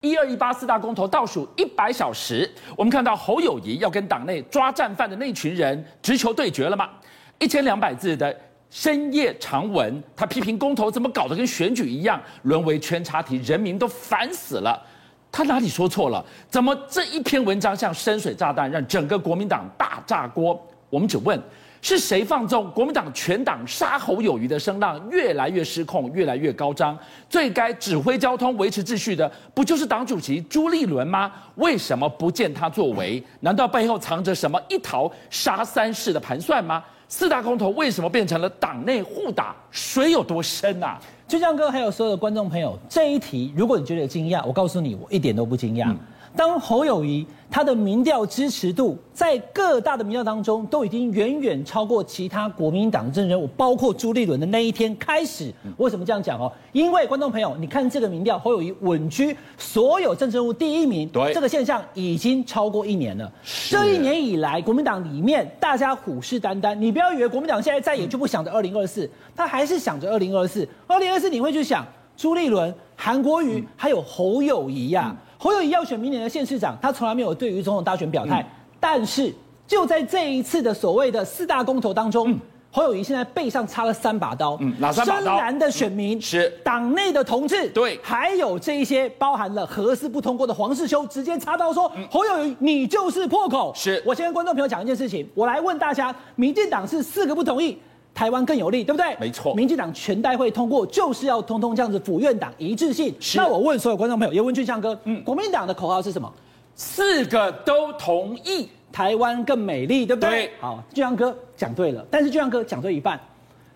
一二一八四大公投倒数一百小时，我们看到侯友谊要跟党内抓战犯的那群人直球对决了吗？一千两百字的深夜长文，他批评公投怎么搞得跟选举一样，沦为圈插题，人民都烦死了。他哪里说错了？怎么这一篇文章像深水炸弹，让整个国民党大炸锅？我们只问，是谁放纵国民党全党杀侯有余的声浪越来越失控，越来越高涨？最该指挥交通、维持秩序的，不就是党主席朱立伦吗？为什么不见他作为？难道背后藏着什么一逃杀三式的盘算吗？四大公投为什么变成了党内互打？水有多深啊？俊将哥，还有所有的观众朋友，这一题如果你觉得惊讶，我告诉你，我一点都不惊讶。嗯、当侯友谊他的民调支持度在各大的民调当中都已经远远超过其他国民党政人物，包括朱立伦的那一天开始，嗯、为什么这样讲哦？因为观众朋友，你看这个民调，侯友谊稳居所有政治人物第一名，对这个现象已经超过一年了。这一年以来，国民党里面大家虎视眈眈，你不要以为国民党现在再也就不想着二零二四，他还是想着二零二四，二零二。但是你会去想，朱立伦、韩国瑜、嗯、还有侯友谊呀、啊，嗯、侯友谊要选明年的县市长，他从来没有对于总统大选表态，嗯、但是就在这一次的所谓的四大公投当中，侯友谊现在背上插了三把刀，嗯哪三把刀？嗯深蓝的选民是党内的同志，对，还有这一些包含了核四不通过的黄世修，直接插刀说侯友谊你就是破口。嗯是我先跟观众朋友讲一件事情，我来问大家，民进党是四个不同意。台湾更有利，对不对？没错，民进党全代会通过，就是要通通这样子，府院党一致性。那我问所有观众朋友，也问俊相哥，嗯，国民党的口号是什么？四个都同意，台湾更美丽，对不对？对好，俊相哥讲对了，但是俊相哥讲对一半，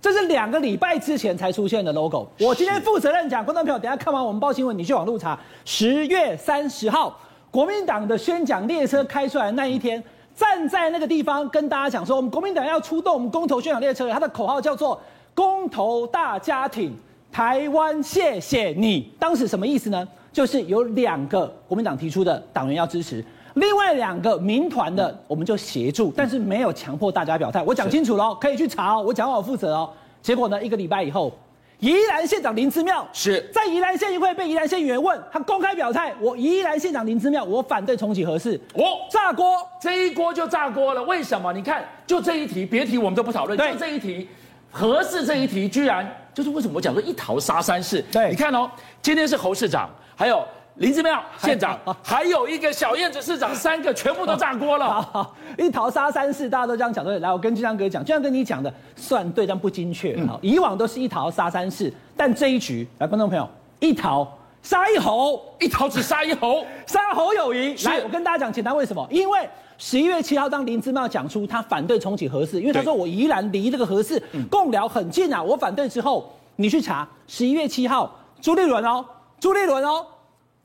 这是两个礼拜之前才出现的 logo。我今天负责任讲，观众朋友，等下看完我们报新闻，你去网路查，十月三十号，国民党的宣讲列车开出来那一天。站在那个地方跟大家讲说，我们国民党要出动我们公投宣讲列车，它的口号叫做“公投大家庭，台湾谢谢你”。当时什么意思呢？就是有两个国民党提出的党员要支持，另外两个民团的我们就协助，但是没有强迫大家表态。我讲清楚了，可以去查哦，我讲我负责哦。结果呢，一个礼拜以后。宜兰县长林之妙是在宜兰县议会被宜兰县议员问，他公开表态：我宜兰县长林之妙，我反对重启核四。哦，炸锅，这一锅就炸锅了。为什么？你看，就这一题，别提我们都不讨论。就这一题，核四这一题，居然就是为什么我讲说一逃杀三世。对，你看哦，今天是侯市长，还有。林志 妙县长，还有一个小燕子市长，三个全部都炸锅了。好好一逃杀三世，大家都这样讲对。来，我跟俊章哥讲，俊章哥你讲的算对，但不精确。好、嗯，以往都是一逃杀三世，但这一局，来观众朋友，一逃杀一猴，一逃只杀一猴，杀猴有余。来，我跟大家讲简单为什么？因为。十一月七号，当林芝茂讲出他反对重启核四，因为他说我宜兰离这个核四共寮很近啊，我反对之后，你去查十一月七号，朱立伦哦，朱立伦哦。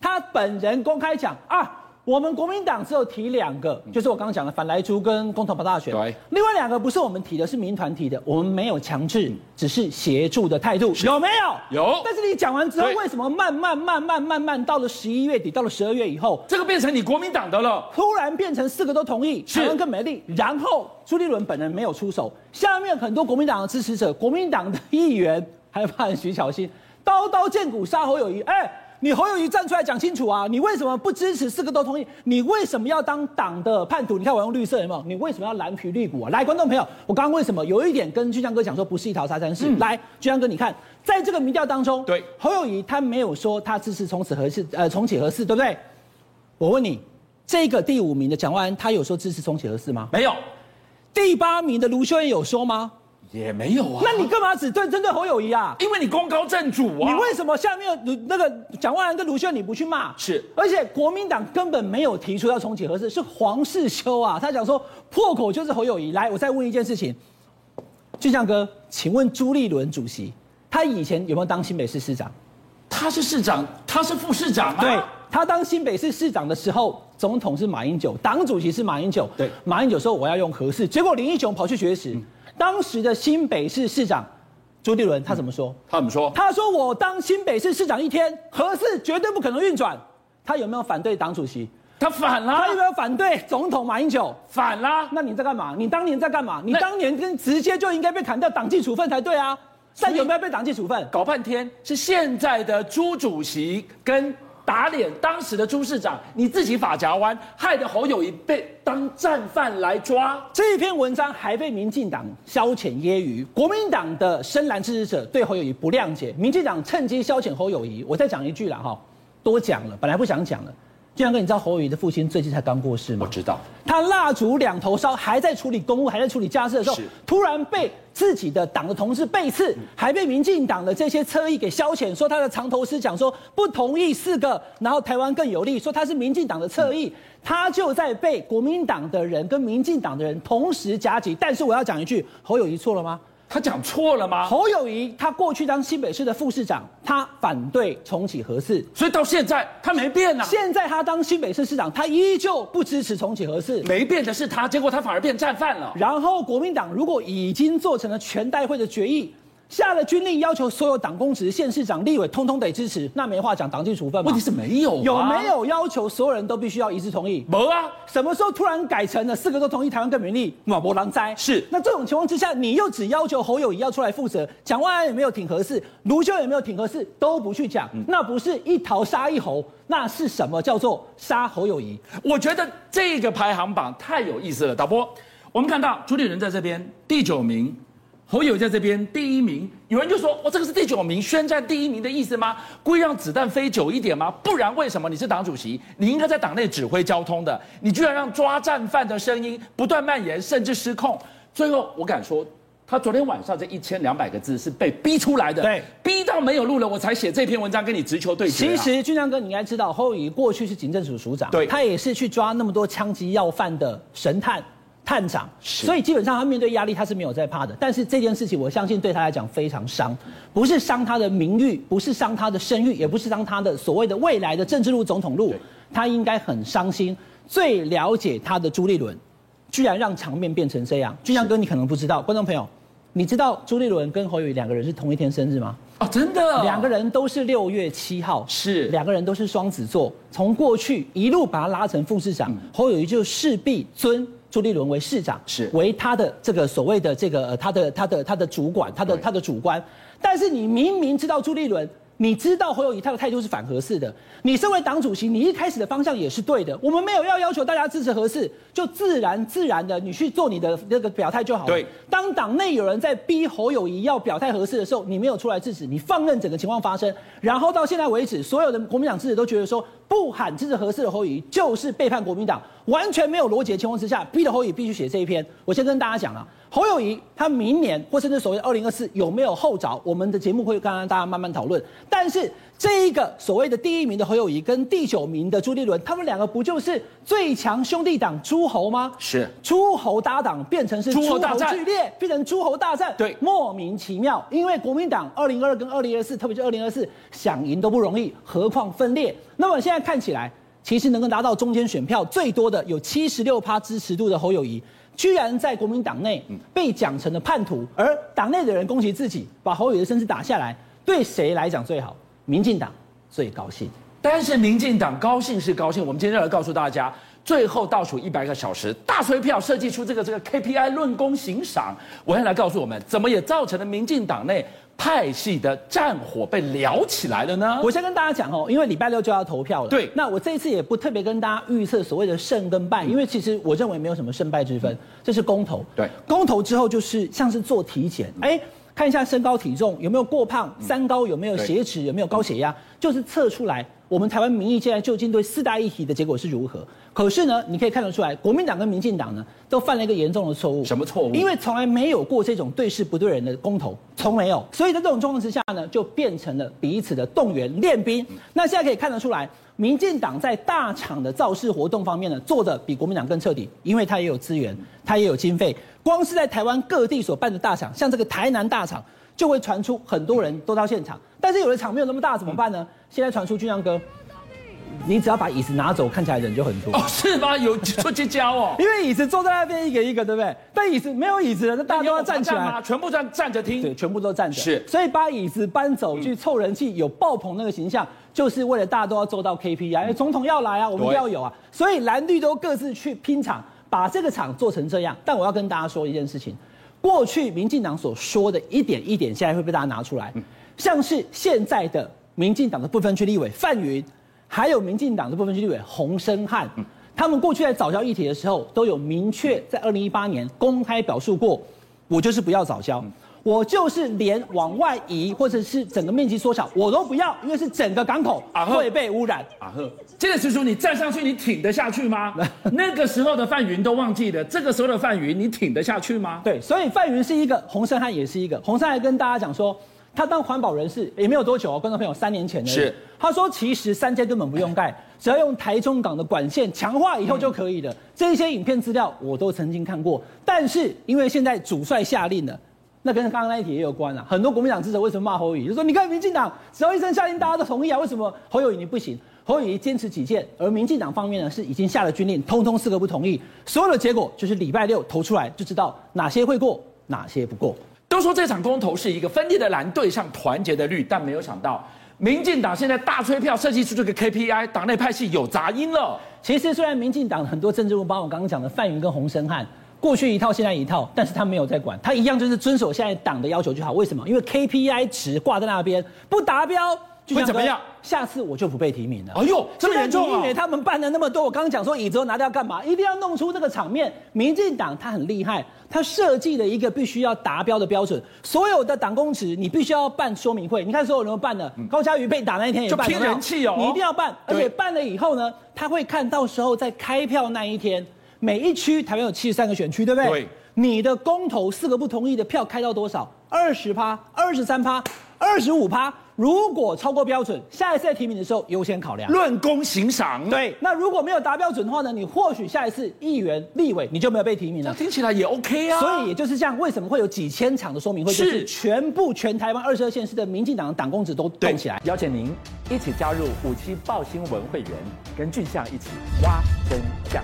他本人公开讲啊，我们国民党只有提两个，就是我刚刚讲的反莱猪跟公投保大选，另外两个不是我们提的，是民团提的，我们没有强制，只是协助的态度，有没有？有。但是你讲完之后，为什么慢慢慢慢慢慢到了十一月底，到了十二月以后，这个变成你国民党的了？突然变成四个都同意，台湾更美丽。然后朱立伦本人没有出手，下面很多国民党的支持者、国民党的议员，还有包含徐巧芯，刀刀见骨杀侯友谊，哎、欸。你侯友谊站出来讲清楚啊！你为什么不支持四个都同意？你为什么要当党的叛徒？你看我用绿色有没有？你为什么要蓝皮绿骨啊？来，观众朋友，我刚刚为什么有一点跟巨江哥讲说不是一逃杀三式？嗯、来，巨江哥，你看在这个民调当中，对侯友谊他没有说他支持重启核四，呃，重启核四，对不对？我问你，这个第五名的蒋万安他有说支持重启核四吗？没有。第八名的卢修恩有说吗？也没有啊，那你干嘛只对针对侯友谊啊？因为你功高震主啊！你为什么下面卢那个蒋万安跟卢秀你不去骂？是，而且国民党根本没有提出要重启核四，是黄世修啊，他讲说破口就是侯友谊。来，我再问一件事情，俊相哥，请问朱立伦主席他以前有没有当新北市市长？他是市长，他是副市长啊。对，他当新北市市长的时候，总统是马英九，党主席是马英九。对，马英九说我要用核四，结果林义雄跑去绝食。嗯当时的新北市市长朱立伦他怎么说？他怎么说？他说：“我当新北市市长一天，核四绝对不可能运转。”他有没有反对党主席？他反了。他有没有反对总统马英九？反了。那你在干嘛？你当年在干嘛？你当年跟直接就应该被砍掉党纪处分才对啊！但有没有被党纪处分？搞半天是现在的朱主席跟。打脸当时的朱市长，你自己法夹弯，害得侯友谊被当战犯来抓。这篇文章还被民进党消遣揶揄，国民党的深蓝支持者对侯友谊不谅解，民进党趁机消遣侯友谊。我再讲一句啦哈，多讲了，本来不想讲了。俊阳哥，你知道侯友谊的父亲最近才刚过世吗？我知道，他蜡烛两头烧，还在处理公务，还在处理家事的时候是，突然被自己的党的同志背刺，还被民进党的这些侧翼给消遣，说他的藏头诗讲说不同意四个，然后台湾更有利，说他是民进党的侧翼，他就在被国民党的人跟民进党的人同时夹击。但是我要讲一句，侯友谊错了吗？他讲错了吗？侯友谊他过去当新北市的副市长，他反对重启核四，所以到现在他没变啊，现在他当新北市市长，他依旧不支持重启核四。没变的是他，结果他反而变战犯了。然后国民党如果已经做成了全代会的决议，下了军令，要求所有党公职、县市长、立委通通得支持，那没话讲，党纪处分嘛问题。是没有、啊，有没？有要求所有人都必须要一致同意？没啊，什么时候突然改成了四个都同意台湾更美丽，马博狼灾？是那这种情况之下，你又只要求侯友谊要出来负责，蒋万安也没有挺合适，卢修也没有挺合适，都不去讲，嗯那不是一桃杀一猴，那是什么叫做杀侯友谊？我觉得这个排行榜太有意思了。导播，我们看到朱立伦在这边第九名，侯友在这边第一名。有人就说：“哦我、这个是第九名，宣战第一名的意思吗？故意让子弹飞久一点吗？不然为什么你是党主席，你应该在党内指挥交通的，你居然让抓战犯的声音不断蔓延，甚至失控？最后，我敢说。”他昨天晚上这一千两百个字是被逼出来的，对逼到没有路了，我才写这篇文章跟你直球对决、啊。其实俊亮哥，你应该知道，侯友谊过去是警政署署长，对他也是去抓那么多枪击要犯的神探探长，是所以基本上他面对压力他是没有在怕的。但是这件事情，我相信对他来讲非常伤，不是伤他的名誉，不是伤他的声誉，也不是伤他的所谓的未来的政治路、总统路对，他应该很伤心。最了解他的朱立伦，居然让场面变成这样。俊亮哥，你可能不知道，观众朋友，你知道朱立伦跟侯友谊两个人是同一天生日吗？哦，真的，两个人都是六月七号，是两个人都是双子座。从过去一路把他拉成副市嗯长，侯友谊就势必尊朱立伦为市长，是为他的这个所谓的这个、呃、他的他的他的主管，他的对他的主观。但是你明明知道朱立伦。你知道侯友谊他的态度是反合适的，你身为党主席，你一开始的方向也是对的。我们没有要要求大家支持合适，就自然自然的你去做你的那个表态就好了。对当党内有人在逼侯友谊要表态合适的时候，你没有出来制止，你放任整个情况发生，然后到现在为止，所有的国民党支持都觉得说，不喊支持合适的侯友谊就是背叛国民党，完全没有逻辑的情况之下，逼得侯友谊必须写这一篇。我先跟大家讲啊，侯友谊他明年或甚至所谓二零二四有没有后着，我们的节目会跟大家慢慢讨论。但是这一个所谓的第一名的侯友谊跟第九名的朱立伦，他们两个不就是最强兄弟党诸侯吗？是诸侯搭档变成是诸侯大战巨烈，变成诸侯大战，对莫名其妙。因为国民党二零二跟二零二四，特别是二零二四，想赢都不容易，何况分裂。那么现在看起来，其实能够拿到中间选票最多的有七十六趴支持度的侯友谊。居然在国民党内被讲成了叛徒，而党内的人攻击自己，把侯友谊的身子打下来，对谁来讲最好？民进党最高兴。但是民进党高兴是高兴，我们今天要来告诉大家，最后倒数一百个小时，大水票设计出这个这个 KPI 论功行赏，我要来告诉我们，怎么也造成了民进党内派系的战火被撩起来了呢？我先跟大家讲哦，因为礼拜六就要投票了。对嗯那我这一次也不特别跟大家预测所谓的胜跟败，因为其实我认为没有什么胜败之分，这是公投。对嗯公投之后就是像是做体检，哎、看一下身高体重有没有过胖，三高有没有对血脂，有没有高血压，就是测出来我们台湾民意现在究竟对四大议题的结果是如何。可是呢，你可以看得出来，国民党跟民进党呢都犯了一个严重的错误。什么错误因为从来没有过这种对事不对人的公投，从没有。所以在这种状况之下呢，就变成了彼此的动员练兵。嗯那现在可以看得出来，民进党在大厂的造势活动方面呢，做的比国民党更彻底，因为它也有资源，嗯它也有经费。光是在台湾各地所办的大厂，像这个台南大厂，就会传出很多人都到现场。但是有的场没有那么大，怎么办嗯呢？现在传出俊亮哥，你只要把椅子拿走，看起来人就很多。哦，是吗？有出去交哦。因为椅子坐在那边一个一个，对不对？但椅子没有椅子了， 那大家都要站起干来嘛，。全部站站着听。对，全部都站着。是所以把椅子搬走去凑人气，有爆棚那个形象，就是为了大家都要做到 KPI，、因为总统要来啊，我们对要有啊，所以蓝绿都各自去拼场，把这个场做成这样。但我要跟大家说一件事情，过去民进党所说的一点一嗯点，现在会被大家拿出来，像是现在的民进党的不分区立委范云。还有民进党的部分区立委洪生汉，嗯他们过去在早教议题的时候，都有明确在二零一八年公开表述过，我就是不要早教。嗯我就是连往外移，或者是整个面积缩小，我都不要，因为是整个港口啊呵会被污染。啊呵，这个叔叔你站上去，你挺得下去 吗？那个时候的范云都忘记了，这个时候的范云你挺得下去吗？对，所以范云是一个，洪胜汉也是一个。洪胜汉跟大家讲说，他当环保人士也没有多久哦，观众朋友，三年前而已是他说，其实三阶根本不用盖，只要用台中港的管线强化以后就可以了。这些影片资料我都曾经看过，但是因为现在主帅下令了。那跟刚刚那一题也有关啊，很多国民党支持者为什么骂侯友宜？就说你看民进党只要一声下令，大家都同意啊，为什么侯友宜你不行？侯友宜坚持己见，而民进党方面呢是已经下了军令，通通四个不同意。所有的结果就是礼拜六投出来就知道哪些会过，哪些不过。都说这场公投是一个分裂的蓝对上团结的绿，但没有想到，民进党现在大吹票设计出这个 KPI，党内派系有杂音了。其实虽然民进党很多政治人物，包括我刚刚讲的范云跟洪森汉，过去一套现在一套，但是他没有在管，他一样就是遵守现在党的要求就好。为什么？因为 KPI 值挂在那边，不达标就像会怎么样下次我就不被提名了。哎呦，这么严重现在你以为啊！他们办了那么多，我刚刚讲说椅子都拿掉干嘛？一定要弄出这个场面。民进党他很厉害，他设计了一个必须要达标的标准，所有的党工职你必须要办说明会。你看所有人都办了，高嘉瑜被打那一天也嗯就办，拼有没有人气哦你一定要办，而对且办了以后呢，他会看到时候在开票那一天，每一区台湾有七十三个选区，对不对？对你的公投四个不同意的票开到多少？二十趴、二十三趴、二十五趴，如果超过标准，下一次再提名的时候优先考量。论功行赏，对，那如果没有达标准的话呢，你或许下一次议员、立委你就没有被提名那了。听起来也 OK 啊。所以也就是这样，为什么会有几千场的说明会，是就是全部全台湾二十二县市的民进党的党工子都动起来。邀请您一起加入五七报新闻会员，跟俊相一起挖真相。